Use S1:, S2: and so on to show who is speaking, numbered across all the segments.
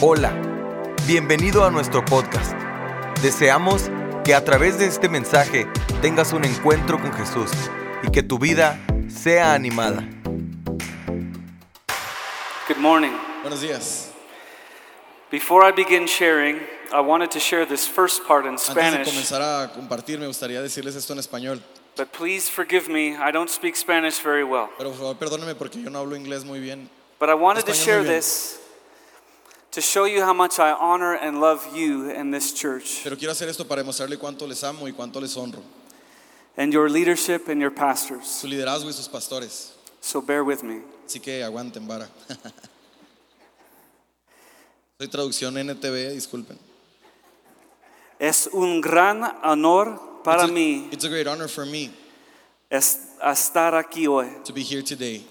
S1: Hola, bienvenido a nuestro podcast. Deseamos que a través de este mensaje tengas un encuentro con Jesús y que tu vida sea animada.
S2: Good morning.
S3: Buenos días.
S2: Before I begin sharing, I wanted to share this first part in
S3: Antes de
S2: Spanish,
S3: comenzar a compartir, me gustaría decirles esto en español.
S2: but please forgive me, I don't speak Spanish very well.
S3: Pero por favor, perdónenme porque yo no hablo inglés muy bien.
S2: But I wanted to
S3: Español muy
S2: share
S3: bien.
S2: this to show you how much I honor and love you and this church
S3: Pero quiero hacer esto para demostrarle cuánto les amo y cuánto les honro.
S2: and your leadership and your pastors.
S3: Su liderazgo y sus pastores.
S2: So bear with me.
S3: Así que aguanten, vara. Soy traducción NTV, disculpen.
S2: Es un gran honor para
S3: it's a,
S2: mí
S3: It's a great honor for me
S2: es- estar aquí hoy.
S3: to be here today.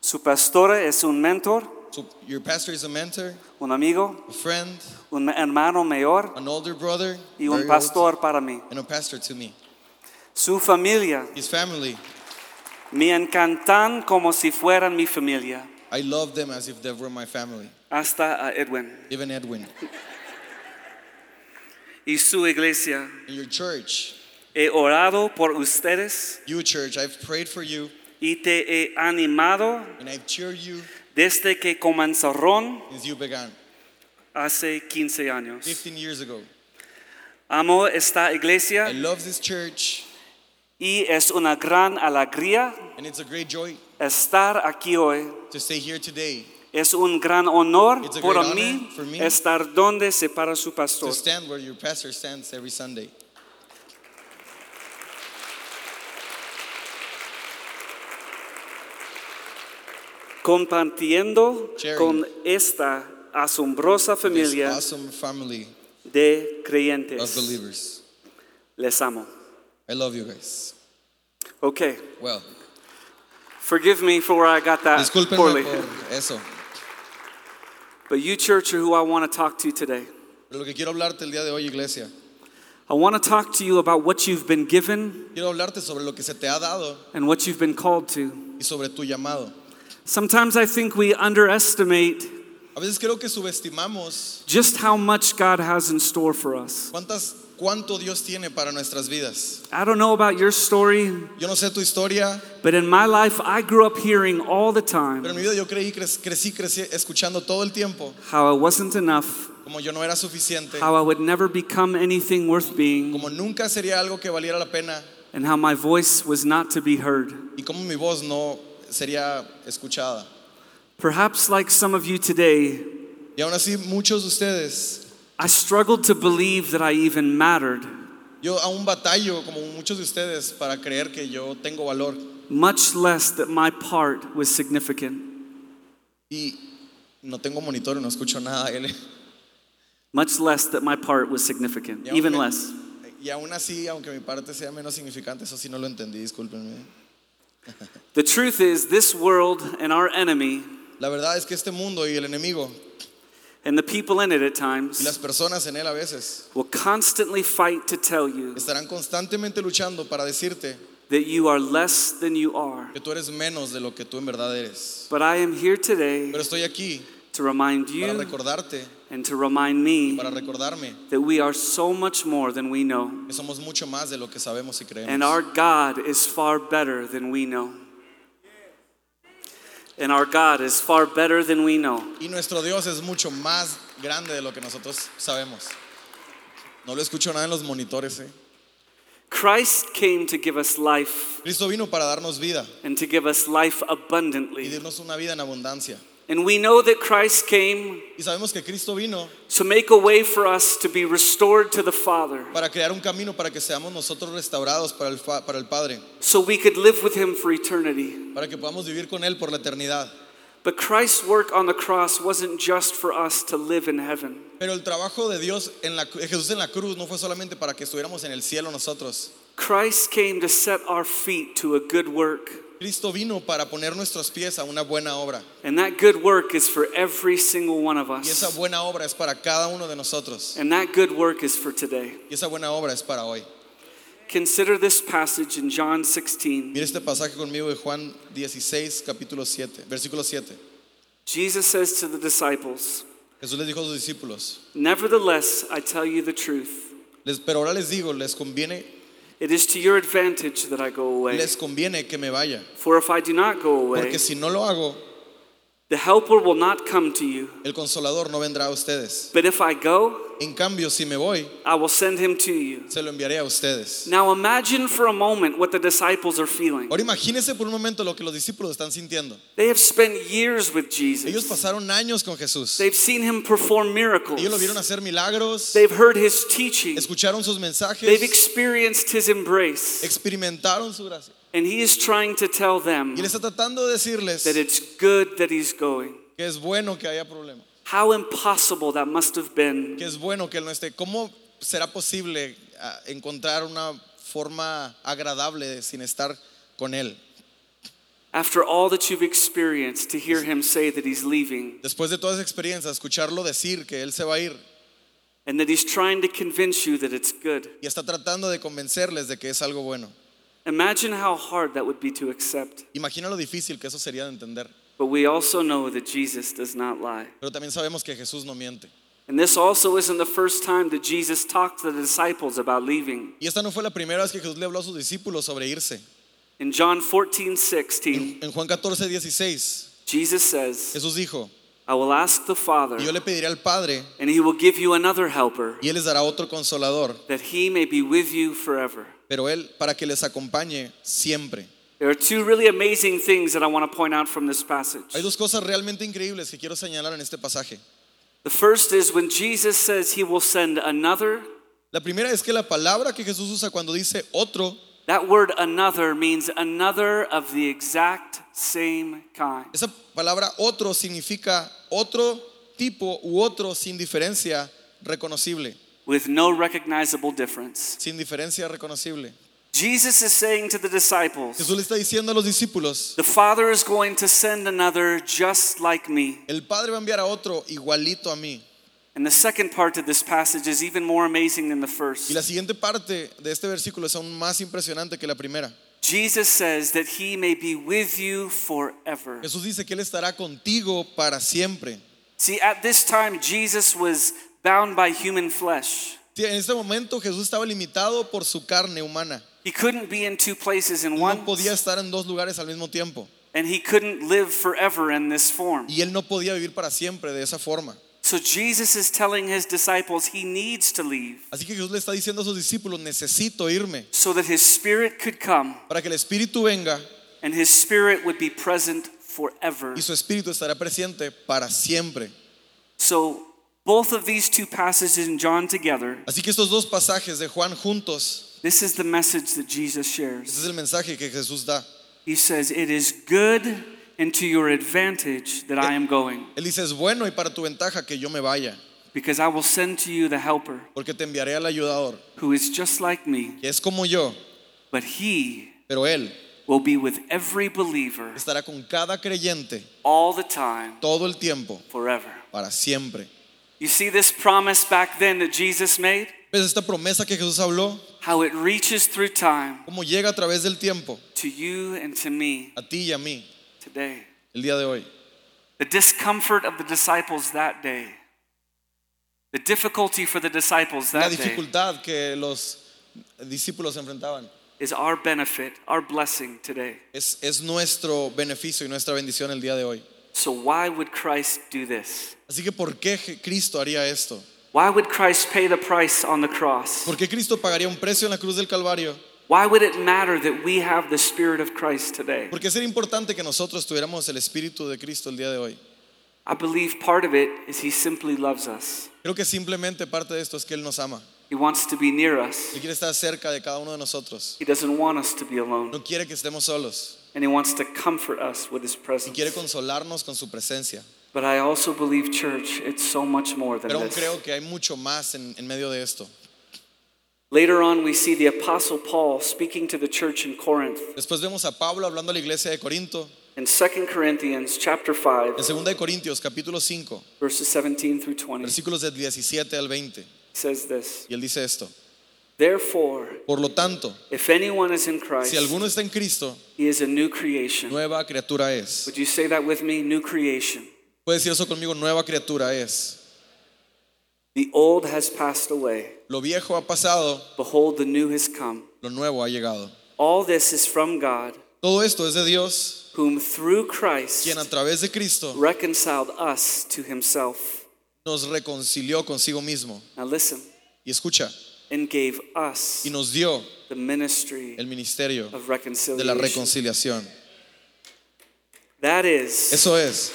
S2: Su pastor es un mentor,
S3: So your pastor is a mentor,
S2: un amigo,
S3: a friend,
S2: un hermano mayor
S3: an older brother,
S2: y
S3: very
S2: un
S3: old,
S2: pastor para mí.
S3: and a pastor to me.
S2: Su familia
S3: His family,
S2: Me encantan como si fueran mi familia.
S3: I love them as if they were my family,
S2: Hasta a Edwin.
S3: even Edwin.
S2: Y su iglesia.
S3: In your church,
S2: He orado por ustedes
S3: You, church, I've prayed for you
S2: y te he animado
S3: and I've cheered you
S2: desde que comenzaron
S3: since you began
S2: hace 15 años.
S3: 15 years ago.
S2: Amo esta
S3: I
S2: iglesia
S3: love this church
S2: y es una gran alegría
S3: and it's a great joy
S2: estar aquí hoy.
S3: to stay here today,
S2: Es un gran honor
S3: It's a
S2: para
S3: great
S2: mí
S3: honor for me.
S2: estar donde se para su
S3: to
S2: pastor.
S3: stand where your pastor stands every Sunday.
S2: Compartiendo
S3: Sharing.
S2: con esta asombrosa
S3: This
S2: familia
S3: awesome family
S2: de
S3: of
S2: creyentes.
S3: believers.
S2: Les amo.
S3: I love you guys.
S2: Okay.
S3: Well,
S2: Forgive me for where I got that
S3: discúlpenme
S2: Ah, poorly.
S3: por eso.
S2: But you, church, are who I want to talk to today.
S3: Pero lo que quiero hablarte el día de hoy, iglesia,
S2: I want to talk to you about what you've been given
S3: quiero hablarte sobre lo que se te ha dado
S2: and what you've been called to.
S3: y sobre tu llamado.
S2: Sometimes I think we underestimate
S3: A veces creo que subestimamos
S2: just how much God has in store for us.
S3: cuántas, cuánto Dios tiene para nuestras vidas.
S2: I don't know about your story,
S3: Yo no sé tu historia,
S2: but in my life, I grew up hearing all the
S3: Pero en
S2: time
S3: mi vida yo creí, cre- crecí, crecí escuchando todo el tiempo,
S2: how I wasn't enough,
S3: como yo no era suficiente,
S2: how I would never become anything worth being,
S3: como nunca sería algo que valiera la pena
S2: and how my voice was not to be heard.
S3: y como mi voz no sería escuchada.
S2: Perhaps, like some of you today,
S3: Y aún así muchos de ustedes,
S2: I struggled to believe that I even mattered,
S3: yo aún batallo como muchos de ustedes para creer que yo tengo valor
S2: much less that my part was significant,
S3: y no tengo monitor, no escucho nada. L.
S2: much less that my part was significant,
S3: Y aún
S2: even
S3: me-
S2: less.
S3: Y aún así, aunque mi parte sea menos significante, eso sí no lo entendí, discúlpenme.
S2: The truth is, this world and our enemy
S3: La verdad es que este mundo y el enemigo
S2: and the people in it at
S3: y las
S2: times
S3: personas en él a veces
S2: will constantly fight to tell you
S3: estarán constantemente luchando para decirte
S2: that you are less than you are.
S3: que tú eres menos de lo que tú en verdad eres.
S2: But I am here today
S3: Pero estoy aquí
S2: to remind
S3: para
S2: you
S3: recordarte,
S2: and to remind me
S3: para recordarme
S2: that we are so much more than we know,
S3: que somos mucho más de lo que sabemos y
S2: and our
S3: creemos.
S2: God is far better than we know. And our God is far better than we know.
S3: Y nuestro Dios es mucho más grande de lo que nosotros sabemos. No lo escucho nada en los monitores. ¿eh?
S2: Christ came to give us life
S3: Cristo vino para darnos vida
S2: and to give us life
S3: y
S2: abundantly.
S3: darnos una vida en abundancia.
S2: And we know that Christ came
S3: Y sabemos que Cristo vino
S2: to make a way for us to be restored to the Father
S3: para crear un camino para que seamos nosotros restaurados para el, fa- para el Padre,
S2: so we could live with Him for eternity.
S3: para que podamos vivir con Él por la eternidad.
S2: But Christ's work on the cross wasn't just for us to live in heaven.
S3: Pero el trabajo de Dios, en la, cru- de Jesús en la cruz, no fue solamente para que estuviéramos en el cielo nosotros,
S2: Christ came to set our feet to a good work,
S3: Cristo vino para poner nuestros pies a una buena obra.
S2: and that good work is for every single one of
S3: Y esa
S2: us.
S3: buena obra es para cada uno de nosotros.
S2: And that good work is for today.
S3: Y esa buena obra es para hoy.
S2: Consider this passage in John 16.
S3: Mira este pasaje conmigo de Juan 16, capítulo 7, versículo 7.
S2: Jesus says to the disciples,
S3: Jesús les dijo a sus discípulos,
S2: Nevertheless, I tell you the truth.
S3: les, pero ahora les digo, les conviene,
S2: It is to your advantage that I go away.
S3: les conviene que me vaya,
S2: For if I do not go away,
S3: porque si no lo hago,
S2: the Helper will not come to you.
S3: el consolador no vendrá a ustedes.
S2: But if I go,
S3: En cambio, si me voy,
S2: I will send him to you.
S3: se lo enviaré a ustedes.
S2: Now imagine for a moment what the disciples are feeling.
S3: Ahora imagínense por un momento lo que los discípulos están sintiendo.
S2: They have spent years with
S3: Ellos
S2: Jesus.
S3: pasaron años con Jesús.
S2: They've seen him perform miracles.
S3: Ellos lo vieron hacer milagros,
S2: They've heard his teaching.
S3: escucharon sus
S2: They've
S3: mensajes,
S2: experienced his embrace.
S3: experimentaron su gracia.
S2: And he is trying to tell them
S3: Y él está tratando de decirles
S2: that it's good that he's going.
S3: que es bueno que haya problemas,
S2: How impossible that must have been.
S3: que es bueno que él no esté. ¿Cómo será posible ah, encontrar una forma agradable sin estar con él?
S2: After all that you've experienced, to hear him say that he's leaving
S3: Después de todas las experiencias, escucharlo decir que él se va a ir
S2: and that he's trying to convince you that it's good.
S3: y está tratando de convencerles de que es algo bueno.
S2: Imagine how hard that would be to accept.
S3: Imagina lo difícil que eso sería de entender.
S2: But we also know that Jesus does not lie.
S3: Pero también sabemos que Jesús no miente.
S2: And this also isn't the first time that Jesus talked to the disciples about leaving.
S3: Y esta no fue la primera vez que Jesús le habló a sus discípulos sobre irse.
S2: In John 14, 16,
S3: En, en Juan 14, 16,
S2: Jesus says,
S3: Jesús dijo,
S2: I will ask the Father,
S3: y yo le pediré al Padre
S2: and he will give you another helper,
S3: y Él les dará otro consolador,
S2: that he may be with you forever.
S3: pero Él para que les acompañe siempre.
S2: There are two really amazing things that I want to point out from this passage.
S3: Hay dos cosas realmente increíbles que quiero señalar en este pasaje.
S2: The first is when Jesus says he will send another,
S3: La primera es que la palabra que Jesús usa cuando dice otro,
S2: that word another means another of the exact same kind.
S3: esa palabra otro significa otro tipo u otro sin diferencia reconocible,
S2: with no recognizable difference.
S3: sin diferencia reconocible.
S2: Jesus is saying to the disciples,
S3: Jesús le está diciendo a los discípulos,
S2: The Father is going to send another just like me.
S3: el Padre va a enviar a otro igualito a mí.
S2: And the second part of this passage is even more amazing than the
S3: Y la
S2: first.
S3: siguiente parte de este versículo es aún más impresionante que la primera.
S2: Jesus says that he may be with you forever.
S3: Jesús dice que Él estará contigo para siempre.
S2: See, at this time, Jesus was bound by human flesh.
S3: Sí, En este momento Jesús estaba limitado por su carne humana.
S2: He couldn't be in two places in
S3: No
S2: one,
S3: podía estar en dos lugares al mismo tiempo.
S2: and he couldn't live forever in this form.
S3: Y Él no podía vivir para siempre de esa forma.
S2: So Jesus is telling his disciples he needs to leave
S3: Así que Jesús le está diciendo a sus discípulos, necesito irme
S2: so that his spirit could come
S3: para que el Espíritu venga
S2: and his spirit would be present forever.
S3: y su Espíritu estará presente para siempre.
S2: So, both of these two passages in John together,
S3: Así que estos dos pasajes de Juan juntos,
S2: this is the message that Jesus
S3: ese
S2: shares.
S3: es el mensaje que Jesús da.
S2: He says, It is good and to your advantage that I am going,
S3: Él dice, es bueno y para tu ventaja que yo me vaya,
S2: because I will send to you the helper
S3: porque te enviaré al ayudador,
S2: who is just like me,
S3: que es como yo,
S2: but he
S3: pero Él
S2: will be with every believer
S3: estará con cada creyente
S2: all the time,
S3: todo el tiempo,
S2: forever.
S3: para siempre.
S2: You see this promise back then that Jesus made?
S3: ¿Ves esta promesa que Jesús habló?
S2: How it reaches through time
S3: ¿Cómo llega a través del tiempo
S2: to you and to me
S3: a ti y a mí
S2: today.
S3: el día de hoy?
S2: The discomfort of the disciples that day. The difficulty for the disciples
S3: La
S2: that day
S3: dificultad que los discípulos enfrentaban
S2: is our benefit, our blessing today.
S3: es, es nuestro beneficio y nuestra bendición el día de hoy.
S2: So, why would Christ do this?
S3: Así que ¿por qué Je- Cristo haría esto?
S2: Why would Christ pay the price on the cross?
S3: ¿Por qué Cristo pagaría un precio en la cruz del Calvario?
S2: Why would it matter that we have the Spirit of Christ today?
S3: ¿Por qué sería importante que nosotros tuviéramos el Espíritu de Cristo el día de hoy?
S2: I believe part of it is He simply loves us.
S3: Creo que simplemente parte de esto es que Él nos ama.
S2: He wants to be near us.
S3: Él quiere estar cerca de cada uno de nosotros.
S2: He doesn't want us to be alone.
S3: No quiere que estemos solos.
S2: And He wants to comfort us with His
S3: y quiere
S2: presence.
S3: consolarnos con su presencia.
S2: But I also believe, church, it's so much more than
S3: Pero aún
S2: this.
S3: creo que hay mucho más en, en medio de esto.
S2: Later on, we see the Apostle Paul speaking to the church in Corinth.
S3: Después vemos a Pablo hablando a la iglesia de Corinto,
S2: In 2 Corinthians chapter 5,
S3: en 2 de Corintios capítulo 5,
S2: verses 17 through 20, he
S3: versículos del 17 al 20,
S2: says this
S3: y él dice esto.
S2: Therefore,
S3: Por lo tanto,
S2: if anyone is in Christ,
S3: si alguno está en Cristo,
S2: he is a new creation.
S3: nueva criatura es.
S2: Would you say that with me? New creation.
S3: Puede decir eso conmigo, nueva criatura es.
S2: The old has passed away.
S3: Lo viejo ha pasado,
S2: Behold, the new has come.
S3: lo nuevo ha llegado.
S2: All this is from God,
S3: Todo esto es de Dios,
S2: whom through Christ
S3: quien a través de Cristo
S2: reconciled us to himself.
S3: nos reconcilió consigo mismo.
S2: Now listen,
S3: Y escucha,
S2: and gave us
S3: y nos dio
S2: the ministry
S3: el ministerio
S2: of
S3: de la
S2: reconciliation.
S3: reconciliación.
S2: That is,
S3: Eso es,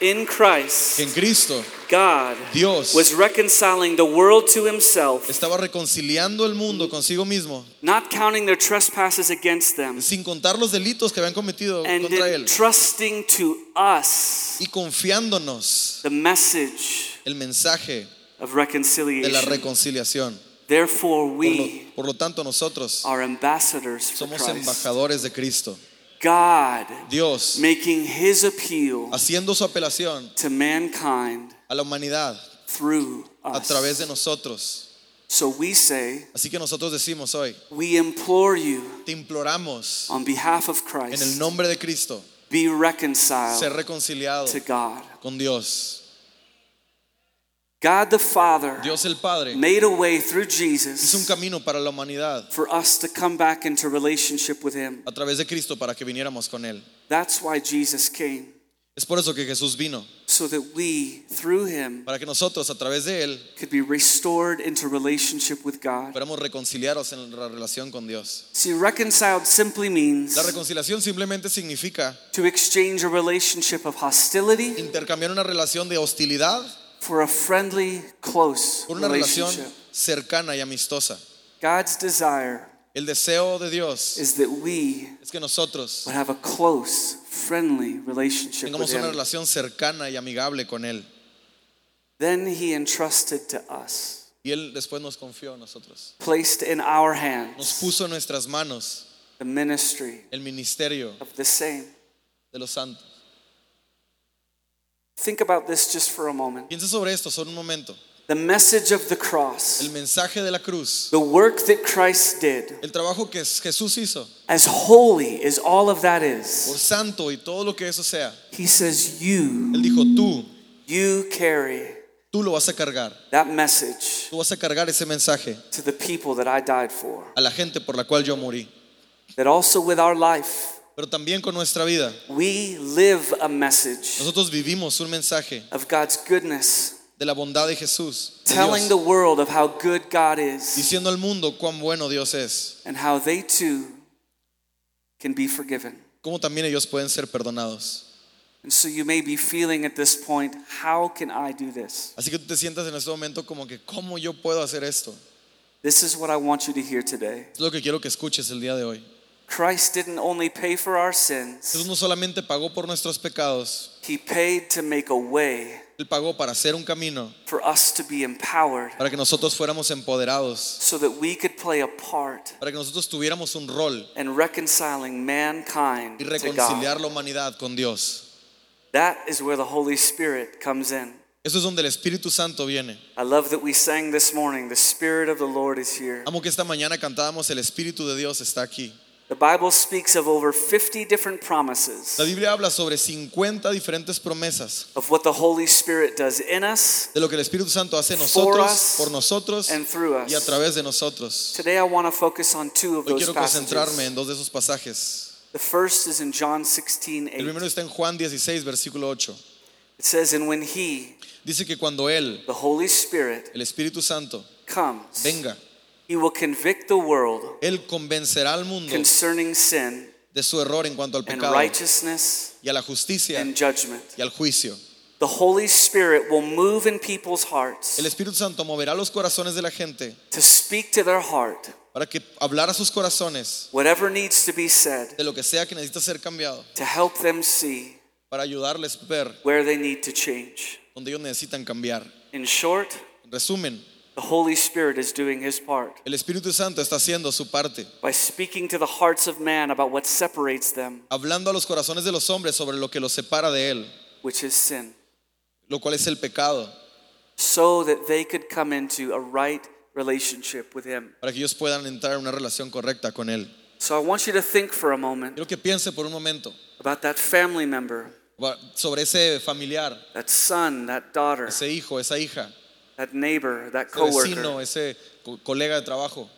S2: in
S3: que en
S2: Christ,
S3: Cristo
S2: God
S3: Dios
S2: was reconciling the world to himself,
S3: estaba reconciliando el mundo consigo mismo,
S2: not counting their trespasses against them,
S3: sin contar los delitos que habían cometido
S2: and
S3: contra él,
S2: trusting to us
S3: y confiándonos
S2: the message
S3: el mensaje
S2: of
S3: de la
S2: reconciliation.
S3: reconciliación.
S2: Therefore,
S3: Por
S2: we
S3: lo, por lo tanto, nosotros
S2: are ambassadors for
S3: somos
S2: Christ.
S3: embajadores de Cristo.
S2: God
S3: Dios,
S2: making his appeal
S3: haciendo su apelación
S2: to mankind
S3: a la humanidad
S2: through
S3: a través de
S2: us.
S3: nosotros.
S2: So we say,
S3: Así que nosotros decimos hoy,
S2: we implore you
S3: te imploramos
S2: on behalf of
S3: en el
S2: Christ,
S3: nombre de Cristo
S2: be
S3: ser
S2: reconciled
S3: reconciliado
S2: to God.
S3: con Dios.
S2: God the Father
S3: Dios el Padre
S2: made a way through
S3: hizo un
S2: Jesus
S3: camino para la humanidad
S2: for us to come back into relationship with Him.
S3: a través de Cristo para que viniéramos con Él.
S2: That's why Jesus came,
S3: Es por eso que Jesús vino,
S2: so that we, through Him,
S3: para que nosotros a través de Él
S2: could be restored into relationship with God.
S3: podamos reconciliarnos en la relación con Dios.
S2: See, reconciled simply means
S3: La reconciliación simplemente significa
S2: to exchange a relationship of hostility
S3: intercambiar una relación de hostilidad
S2: for a friendly, close
S3: por una relación
S2: relationship.
S3: cercana y amistosa.
S2: God's desire
S3: El deseo de Dios
S2: is that we
S3: es que nosotros
S2: would have a close, friendly relationship with
S3: tengamos una
S2: Him.
S3: relación cercana y amigable con Él.
S2: Then He entrusted to us,
S3: Y Él después nos confió a nosotros.
S2: placed in our
S3: Nos
S2: hands
S3: puso en nuestras manos
S2: the ministry
S3: el ministerio
S2: of the same.
S3: de los santos.
S2: Think about this just for a moment.
S3: Piensa sobre esto solo un momento.
S2: The message of the
S3: El
S2: cross,
S3: mensaje de la cruz,
S2: the work that Christ did,
S3: el trabajo que Jesús hizo
S2: as holy as all of that
S3: por
S2: is,
S3: santo y todo lo que eso sea.
S2: He says, You,
S3: Él dijo, tú,
S2: you carry
S3: tú lo vas a cargar.
S2: that message
S3: Tú vas a cargar ese mensaje
S2: to the people that I died for.
S3: a la gente por la cual yo morí.
S2: That also with our life,
S3: Pero también con nuestra vida.
S2: we live a message
S3: Nosotros vivimos un mensaje
S2: of God's goodness,
S3: de la bondad de Jesús. de
S2: telling
S3: Dios,
S2: the world of how good God is
S3: diciendo al mundo cuán bueno Dios es.
S2: and how they too can be forgiven.
S3: Cómo también ellos pueden ser perdonados.
S2: And so you may be feeling at this point, how can I do this?
S3: Así que tú te sientas en este momento como que, ¿cómo yo puedo hacer esto?
S2: This is what I want you to hear today.
S3: Es lo que quiero que escuches el día de hoy.
S2: Christ didn't only pay for our
S3: Jesús
S2: sins,
S3: no solamente pagó por nuestros pecados,
S2: He paid to make a way
S3: Él pagó para hacer un camino,
S2: for us to be empowered
S3: para que nosotros fuéramos empoderados,
S2: so that we could play a part
S3: para que nosotros tuviéramos un rol
S2: in reconciling mankind
S3: y
S2: to
S3: reconciliar
S2: God.
S3: la humanidad con Dios.
S2: That is where the Holy Spirit comes in.
S3: Eso es donde el Espíritu Santo viene.
S2: I love that we sang this morning, The Spirit of the Lord is here.
S3: Amo que esta mañana cantábamos, el Espíritu de Dios está aquí.
S2: The Bible speaks of over 50 different
S3: La
S2: promises
S3: Biblia habla sobre 50 diferentes promesas
S2: of what the Holy Spirit does in us
S3: de lo que el Espíritu Santo hace en
S2: For
S3: nosotros,
S2: us
S3: por nosotros
S2: and through us.
S3: y a través de nosotros.
S2: Today I want to focus on two of
S3: Hoy
S2: those
S3: quiero concentrarme
S2: passages.
S3: en dos de esos pasajes.
S2: The first is in John 16,
S3: El
S2: 8.
S3: primero está en Juan 16, versículo 8.
S2: It says, And when he,
S3: Dice que cuando Él,
S2: the Holy Spirit,
S3: el Espíritu Santo,
S2: comes,
S3: venga,
S2: he will convict the world
S3: Él convencerá al mundo
S2: concerning sin
S3: de su error en cuanto al
S2: and
S3: pecado
S2: righteousness
S3: y a la justicia
S2: and judgment.
S3: y al juicio.
S2: The Holy Spirit will move in people's hearts
S3: El Espíritu Santo moverá los corazones de la gente
S2: to speak to their heart
S3: para que hablar a sus corazones
S2: whatever needs to be said
S3: de lo que sea que necesita ser cambiado,
S2: to help them see
S3: para ayudarles a ver
S2: where they need to change.
S3: donde ellos necesitan cambiar.
S2: In short,
S3: En resumen,
S2: the Holy Spirit is doing his part
S3: el Espíritu Santo está haciendo su parte,
S2: by speaking to the hearts of man about what separates them,
S3: hablando a los corazones de los hombres sobre lo que los separa de Él,
S2: which is sin,
S3: lo cual es el pecado,
S2: so that they could come into a right relationship with him.
S3: para que ellos puedan entrar en una relación correcta con Él.
S2: So I want you to think for a moment
S3: Quiero que piense por un momento
S2: about that family member,
S3: sobre ese familiar,
S2: that son, that daughter,
S3: ese hijo, esa hija,
S2: that neighbor, that
S3: ese vecino,
S2: coworker.
S3: ese co- colega de trabajo.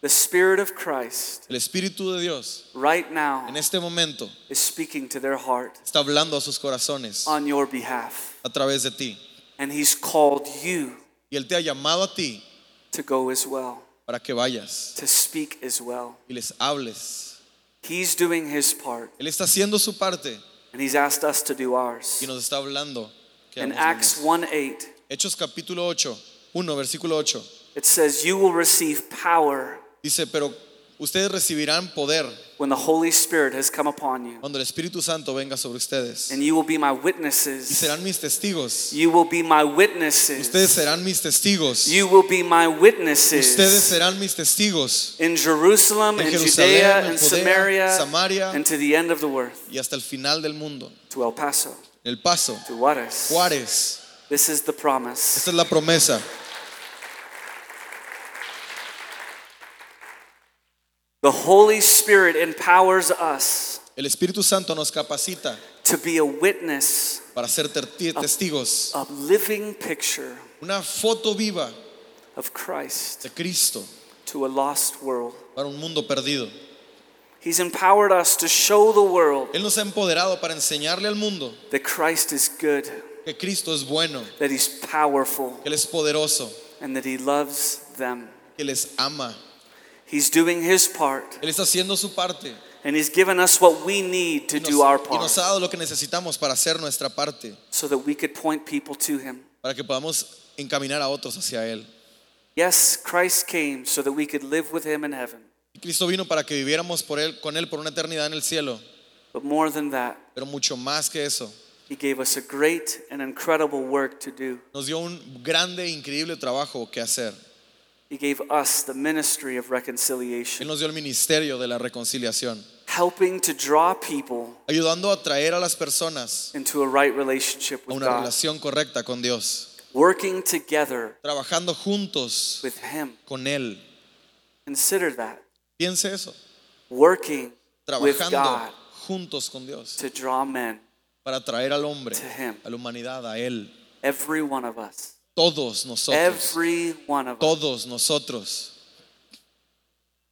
S2: The Spirit of Christ
S3: El Espíritu de Dios
S2: right now
S3: en este momento
S2: is speaking to their heart
S3: está hablando a sus corazones
S2: on your behalf.
S3: a través de ti.
S2: And He's called you
S3: Y Él te ha llamado a ti
S2: to go as well,
S3: para que vayas
S2: to speak as well.
S3: y les hables.
S2: He's doing His part,
S3: Él está haciendo su parte
S2: and He's asked us to do ours.
S3: y nos está hablando. que
S2: In
S3: hagamos
S2: Acts
S3: lo mismo.
S2: 1 8,
S3: Hechos capítulo 8, 1, versículo 8.
S2: it says, You will receive power
S3: Dice, pero ustedes recibirán poder
S2: when the Holy Spirit has come upon you,
S3: cuando el Espíritu Santo venga sobre ustedes.
S2: and you will be my
S3: Y
S2: witnesses.
S3: serán mis testigos.
S2: You will be my
S3: Ustedes
S2: witnesses.
S3: serán mis testigos.
S2: You will be my
S3: Ustedes
S2: witnesses
S3: serán mis testigos.
S2: in Jerusalem,
S3: En
S2: in
S3: Jerusalén,
S2: Judea,
S3: en
S2: in Samaria,
S3: Judea, Samaria.
S2: and to the end of the earth,
S3: Y hasta el final del mundo.
S2: to El Paso,
S3: El paso.
S2: to Juarez.
S3: Juárez.
S2: This is the promise.
S3: Esta es la promesa.
S2: The Holy Spirit empowers us
S3: El Espíritu Santo nos capacita
S2: to be a witness,
S3: para ser ter- testigos.
S2: a living picture
S3: Una foto viva
S2: of Christ
S3: de Cristo
S2: to a lost world.
S3: para un mundo perdido.
S2: He's empowered us to show the world
S3: Él nos ha empoderado para enseñarle al mundo
S2: that Christ is good,
S3: que Cristo es bueno,
S2: that He's powerful,
S3: que Él es poderoso,
S2: and that He loves them.
S3: que les ama.
S2: He's doing His part,
S3: Él está haciendo su parte
S2: and He's given us what we need to
S3: y nos,
S2: do our
S3: y nos ha
S2: part
S3: dado lo que necesitamos para hacer nuestra parte,
S2: so that we could point people to Him.
S3: para que podamos encaminar a otros hacia Él.
S2: Yes, Christ came so that we could live with Him in heaven,
S3: Y Cristo vino para que viviéramos por él, con Él por una eternidad en el cielo,
S2: but more than that,
S3: pero mucho más que eso.
S2: He gave us a great and incredible work to do.
S3: Nos dio un grande e increíble trabajo que hacer.
S2: He gave us the ministry of
S3: Él
S2: reconciliation,
S3: nos dio el ministerio de la reconciliación,
S2: helping to draw people
S3: ayudando a traer a las personas
S2: into a right relationship
S3: a
S2: with
S3: una
S2: God,
S3: relación correcta con Dios,
S2: working together
S3: trabajando juntos
S2: with Him.
S3: con Él.
S2: Consider that.
S3: Piense eso,
S2: Working with God
S3: trabajando juntos con Dios
S2: to draw men,
S3: para traer al hombre,
S2: to Him.
S3: a la humanidad, a Él.
S2: every one of us.
S3: Todos nosotros,
S2: Every one of us.
S3: todos nosotros.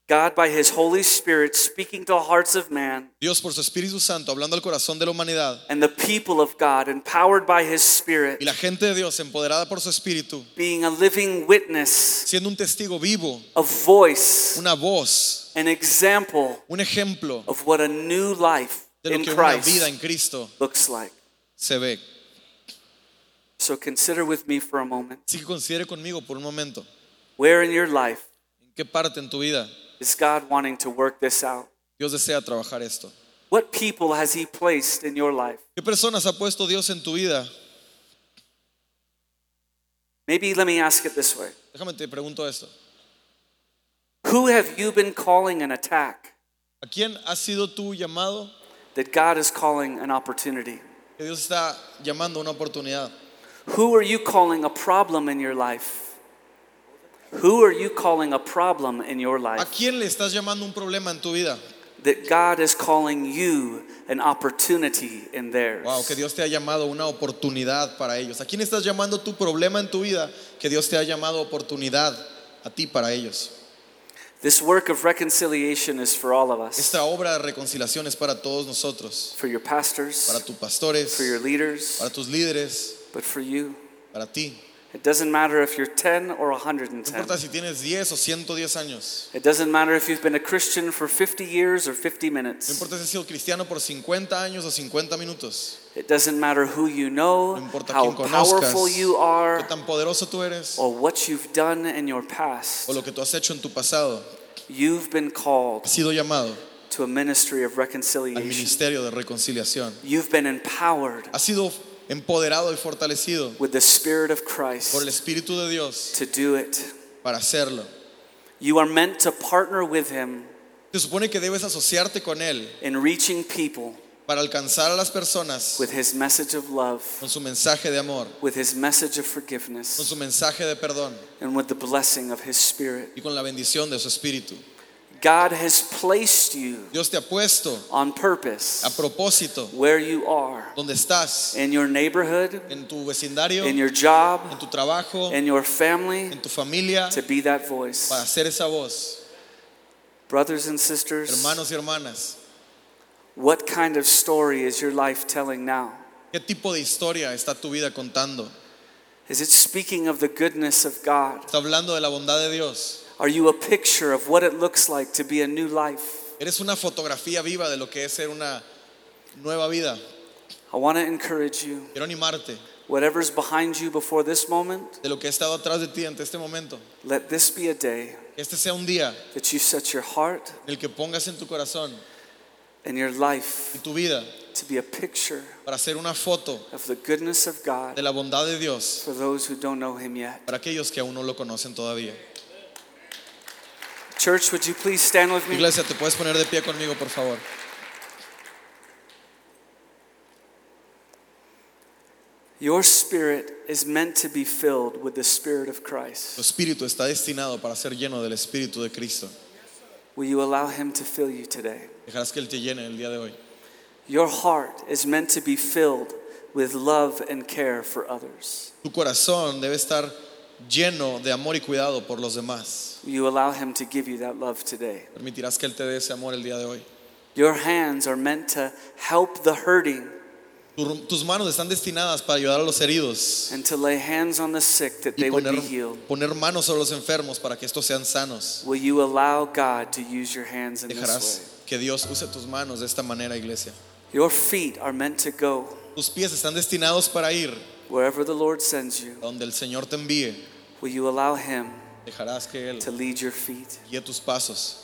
S2: God, by His Holy Spirit, speaking to the hearts of man
S3: Dios por su Espíritu Santo, hablando al corazón de la humanidad,
S2: and the people of God, empowered by His Spirit,
S3: Y la gente de Dios, empoderada por su espíritu,
S2: being a living witness,
S3: siendo un testigo vivo,
S2: a voice,
S3: una voz,
S2: an example
S3: un ejemplo
S2: of what a new life
S3: de lo
S2: in
S3: que una vida
S2: Christ
S3: en Cristo
S2: looks like.
S3: se ve.
S2: So consider with me for a moment
S3: Así que considere conmigo por un momento,
S2: where in your life
S3: ¿en qué parte en tu vida
S2: is God wanting to work this out?
S3: Dios desea trabajar esto?
S2: What people has He placed in your life?
S3: ¿Qué personas ha puesto Dios en tu vida?
S2: Maybe let me ask it this way
S3: Déjame te pregunto esto.
S2: Who have you been calling an attack
S3: ¿A quién has sido tú llamado?
S2: that God is calling an opportunity?
S3: Que Dios está llamando a una oportunidad.
S2: Who are you calling a problem in your life? Who are you calling a problem in your
S3: ¿A
S2: life
S3: quién le estás llamando un problema en tu vida?
S2: that God is calling you an opportunity in theirs?
S3: Wow, que Dios te ha llamado una oportunidad para ellos. ¿A quién estás llamando tu problema en tu vida? Que Dios te ha llamado oportunidad a ti para ellos.
S2: This work of reconciliation is for all of us.
S3: Esta obra de reconciliación es para todos nosotros,
S2: For your
S3: para
S2: pastors,
S3: tus
S2: for your
S3: pastores,
S2: leaders,
S3: para tus líderes,
S2: but for you.
S3: para ti.
S2: It doesn't matter if you're 10 or
S3: No importa
S2: 110.
S3: si tienes 10 o 110 años.
S2: It doesn't matter if you've been a Christian for 50 years or 50
S3: No
S2: minutes.
S3: importa si has sido cristiano por 50 años o 50 minutos.
S2: It doesn't matter who you know,
S3: No importa
S2: how
S3: quién conozcas,
S2: powerful you
S3: qué
S2: are,
S3: tan poderoso tú eres
S2: or what you've done in your past.
S3: o lo que tú has hecho en tu pasado.
S2: You've been called
S3: Has sido llamado
S2: to a ministry of
S3: al
S2: reconciliation.
S3: ministerio de reconciliación.
S2: You've been empowered
S3: Has sido empoderado y fortalecido
S2: with the Spirit of
S3: por el
S2: Christ
S3: Espíritu de Dios
S2: to do it.
S3: para hacerlo.
S2: You are meant to partner with Him
S3: Se supone que debes asociarte con Él
S2: in reaching people
S3: para alcanzar a las personas
S2: with His message of love,
S3: con su mensaje de amor,
S2: with His message of
S3: con
S2: forgiveness,
S3: su mensaje de perdón
S2: and with the blessing of His Spirit.
S3: y con la bendición de su Espíritu.
S2: God has placed you
S3: Dios te ha puesto
S2: on
S3: a
S2: purpose
S3: propósito
S2: where you are
S3: donde estás,
S2: in your neighborhood,
S3: en tu vecindario,
S2: in your job,
S3: en tu trabajo,
S2: in your family
S3: en tu familia,
S2: to be that
S3: para
S2: voice.
S3: hacer esa voz.
S2: Brothers and sisters,
S3: Hermanos y hermanas,
S2: what kind of story is your life telling now?
S3: ¿qué tipo de historia está tu vida contando?
S2: Is it speaking of the goodness of God?
S3: ¿Está hablando de la bondad de Dios?
S2: Are you a picture of what it looks like to be a new life?
S3: Eres una fotografía viva de lo que es ser una nueva vida.
S2: I want to encourage you.
S3: Quiero animarte
S2: Whatever's behind you before this moment,
S3: de lo que he estado atrás de ti ante este momento.
S2: let this be a day
S3: Que este sea un día
S2: that you set your heart
S3: en el que pongas en tu corazón
S2: and your
S3: y
S2: life
S3: tu vida
S2: to be a picture
S3: para hacer una foto
S2: of the goodness of God
S3: de la bondad de Dios
S2: for those who don't know Him yet.
S3: para aquellos que aún no lo conocen todavía.
S2: Church, would you please stand with me?
S3: Iglesia, ¿te puedes poner de pie conmigo, por favor?
S2: Your spirit is meant to be filled with the Spirit of
S3: Tu
S2: Christ.
S3: espíritu está destinado para ser lleno del Espíritu de Cristo.
S2: Will you allow Him to fill you today?
S3: Dejarás que Él te llene el día de hoy.
S2: Your heart is meant to be filled with love and care for others.
S3: Tu corazón debe estar lleno de amor y cuidado por los demás.
S2: Will you allow Him to give you that love today?
S3: Permitirás que Él te dé ese amor el día de hoy.
S2: Your hands are meant to help the hurting
S3: Tu- Tus manos están destinadas para ayudar a los heridos
S2: and to lay hands on the sick that
S3: y
S2: they would be
S3: poner,
S2: healed.
S3: poner manos sobre los enfermos para que estos sean sanos.
S2: Will you allow God to use your hands in
S3: Dejarás
S2: this way?
S3: que Dios use tus manos de esta manera, iglesia.
S2: Your feet are meant to go
S3: Tus pies están destinados para ir
S2: wherever the Lord sends you.
S3: a donde el Señor te envíe.
S2: Will you allow Him
S3: Dejarás que Él
S2: to lead your feet?
S3: guíe tus pasos.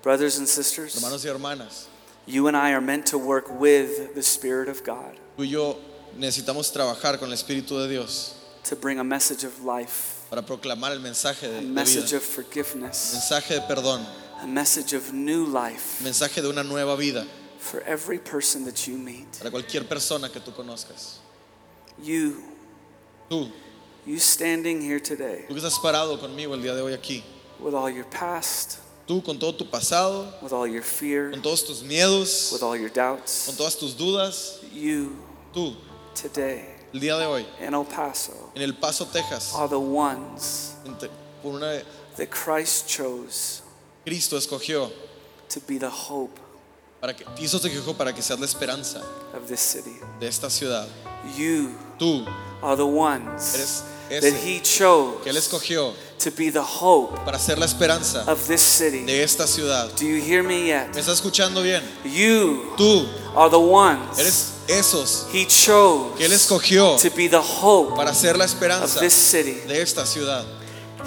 S2: Brothers and sisters,
S3: Hermanos y hermanas,
S2: you and I are meant to work with the Spirit of God
S3: tú y yo necesitamos trabajar con el Espíritu de Dios
S2: to bring a message of life,
S3: para proclamar el mensaje de,
S2: a
S3: de
S2: message
S3: vida,
S2: of forgiveness,
S3: mensaje de perdón,
S2: a message of new life
S3: mensaje de una nueva vida
S2: for every person that you meet.
S3: para cualquier persona que tú conozcas.
S2: You,
S3: Tú,
S2: you standing here today
S3: tú que estás parado conmigo el día de hoy aquí,
S2: with all your past,
S3: tú con todo tu pasado,
S2: with all your fear,
S3: con todos tus miedos,
S2: with all your
S3: con
S2: doubts,
S3: todas tus dudas,
S2: you
S3: tú,
S2: today
S3: el día de hoy,
S2: in El Paso
S3: en El Paso, Texas,
S2: are the ones
S3: ente- por una
S2: that Christ chose
S3: Cristo escogió
S2: to be the hope
S3: para que Cristo te escogió para que seas la esperanza
S2: of this city.
S3: de esta ciudad.
S2: You
S3: Tú
S2: are the ones
S3: Eres ese
S2: that He
S3: que él
S2: chose
S3: escogió
S2: to be the hope
S3: para ser la esperanza
S2: of this city.
S3: de esta ciudad.
S2: Do you hear me
S3: ¿Me
S2: yet?
S3: estás escuchando bien?
S2: You
S3: Tú
S2: are the ones
S3: eres esos
S2: He
S3: que él
S2: chose
S3: escogió
S2: to be the hope
S3: para ser la
S2: of
S3: esperanza
S2: this city.
S3: de esta ciudad.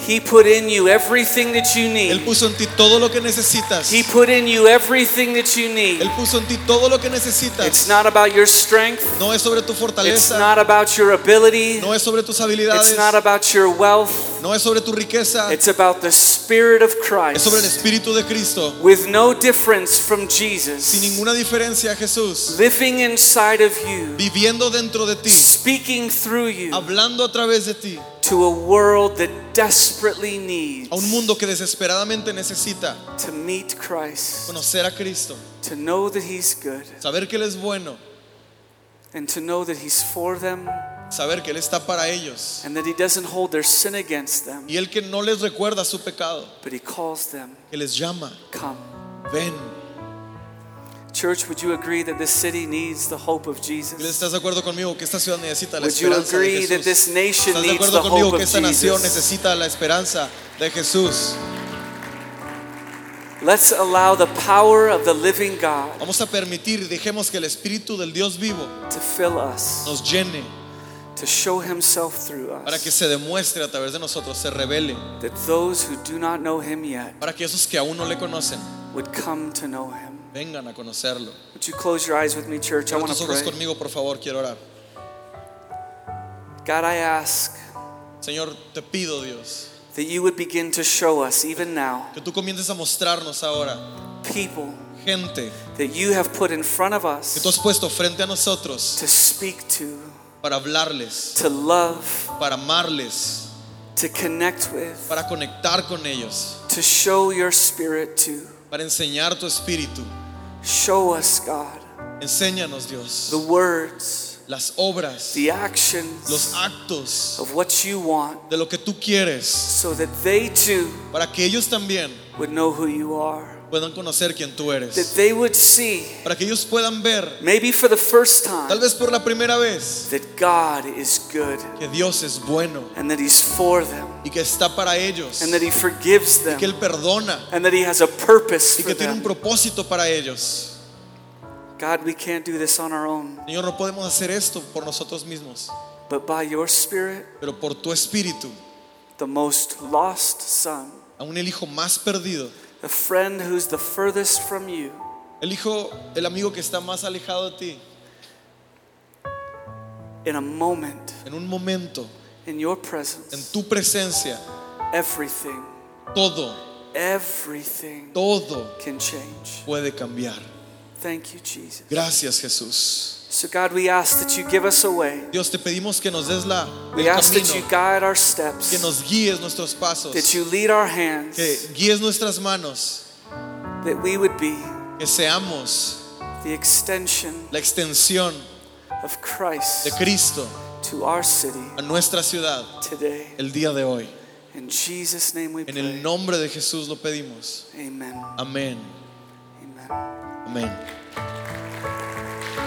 S2: He put in you everything that you
S3: Él
S2: need.
S3: puso en ti todo lo que necesitas.
S2: He put in you everything that you
S3: Él
S2: need.
S3: puso en ti todo lo que
S2: It's
S3: necesitas.
S2: not about your strength.
S3: No es sobre tu
S2: It's
S3: fortaleza,
S2: not about your ability.
S3: no es sobre tus
S2: It's
S3: habilidades,
S2: not about your wealth.
S3: no es sobre tu riqueza,
S2: It's about the Spirit of
S3: Ah. es sobre el
S2: Christ.
S3: Espíritu de Cristo.
S2: With no difference from
S3: Sin
S2: Jesus.
S3: ninguna diferencia, Jesús,
S2: Living inside of you.
S3: viviendo dentro de ti,
S2: Speaking through you
S3: hablando a través de ti,
S2: to a world that desperately
S3: a un
S2: needs
S3: mundo que desesperadamente necesita
S2: to meet Christ.
S3: conocer a Cristo,
S2: To know that He's good.
S3: saber que Él es bueno,
S2: And to know that He's for them.
S3: saber que Él está para ellos
S2: And that He doesn't hold their sin against them.
S3: y Él que no les recuerda su pecado,
S2: But He calls them,
S3: que les llama,
S2: Come.
S3: ven.
S2: Church, would you agree that this city needs the hope of Jesus?
S3: ¿Estás de acuerdo conmigo que esta ciudad necesita la
S2: Would you
S3: esperanza de
S2: agree that
S3: Jesús?
S2: this nation
S3: ¿Estás de
S2: needs the
S3: acuerdo conmigo
S2: hope
S3: que
S2: of
S3: esta nación
S2: Jesus?
S3: necesita la esperanza de Jesús?
S2: Let's allow the power of the living God
S3: Vamos a permitir, dejemos que el Espíritu del Dios vivo
S2: to fill us,
S3: nos llene
S2: to show Himself through
S3: para que
S2: us,
S3: se demuestre a través de nosotros, se revele,
S2: that those who do not know Him yet
S3: para que esos que aún no le conocen
S2: would come to know Him.
S3: vengan a conocerlo.
S2: Would you close your eyes with me, church? I
S3: Cierra
S2: want
S3: tus
S2: to
S3: ojos
S2: pray.
S3: conmigo, por favor, quiero orar.
S2: God, I ask
S3: Señor, te pido, Dios,
S2: that you would begin to show us, even now,
S3: que tú comiences a mostrarnos ahora
S2: people
S3: gente
S2: that you have put in front of
S3: que tú
S2: us
S3: has puesto frente a nosotros
S2: to speak to,
S3: para hablarles,
S2: to love,
S3: para amarles,
S2: to connect with.
S3: para conectar con ellos,
S2: to show your spirit to.
S3: para enseñar tu espíritu.
S2: Show us, God,
S3: Enséñanos, Dios,
S2: the words,
S3: las obras,
S2: the
S3: los
S2: actions
S3: actos
S2: of what you want
S3: de lo que tú quieres,
S2: so that they too
S3: para que ellos también
S2: would know who you are.
S3: puedan conocer quién tú
S2: That
S3: eres,
S2: they would see,
S3: para que ellos puedan ver,
S2: maybe for the first
S3: tal
S2: time,
S3: vez por la primera vez,
S2: that God is good
S3: que Dios es bueno
S2: and that He's for them
S3: y que está para ellos,
S2: and that He forgives them
S3: que Él perdona
S2: and that He has a purpose
S3: y
S2: for
S3: que tiene un
S2: them.
S3: propósito para ellos.
S2: God, we can't do this on our own,
S3: Señor, no podemos hacer esto por nosotros mismos,
S2: but by your Spirit,
S3: pero por tu espíritu,
S2: the most lost son,
S3: aún el hijo más perdido,
S2: the friend who's the furthest from you,
S3: el hijo, el amigo que está más alejado de ti,
S2: in a moment,
S3: en un momento,
S2: in your
S3: en
S2: presence,
S3: tu presencia,
S2: everything,
S3: todo,
S2: everything
S3: todo
S2: can change.
S3: puede cambiar.
S2: Thank you, Jesus.
S3: Gracias Jesús.
S2: So, God, we ask that you give us a way.
S3: Dios, te pedimos que nos des la, el
S2: We ask that you
S3: camino,
S2: guide our
S3: que
S2: steps,
S3: nos guíes nuestros pasos,
S2: that you lead our hands,
S3: que guíes nuestras manos,
S2: that we would be
S3: que seamos
S2: the extension
S3: la extensión
S2: of
S3: de
S2: Christ
S3: Cristo
S2: to our city
S3: a nuestra ciudad
S2: today.
S3: el día de hoy.
S2: In Jesus' name we
S3: En el
S2: pray.
S3: nombre de Jesús lo pedimos.
S2: Amen.
S3: Amén.
S2: Amen.
S3: Amén.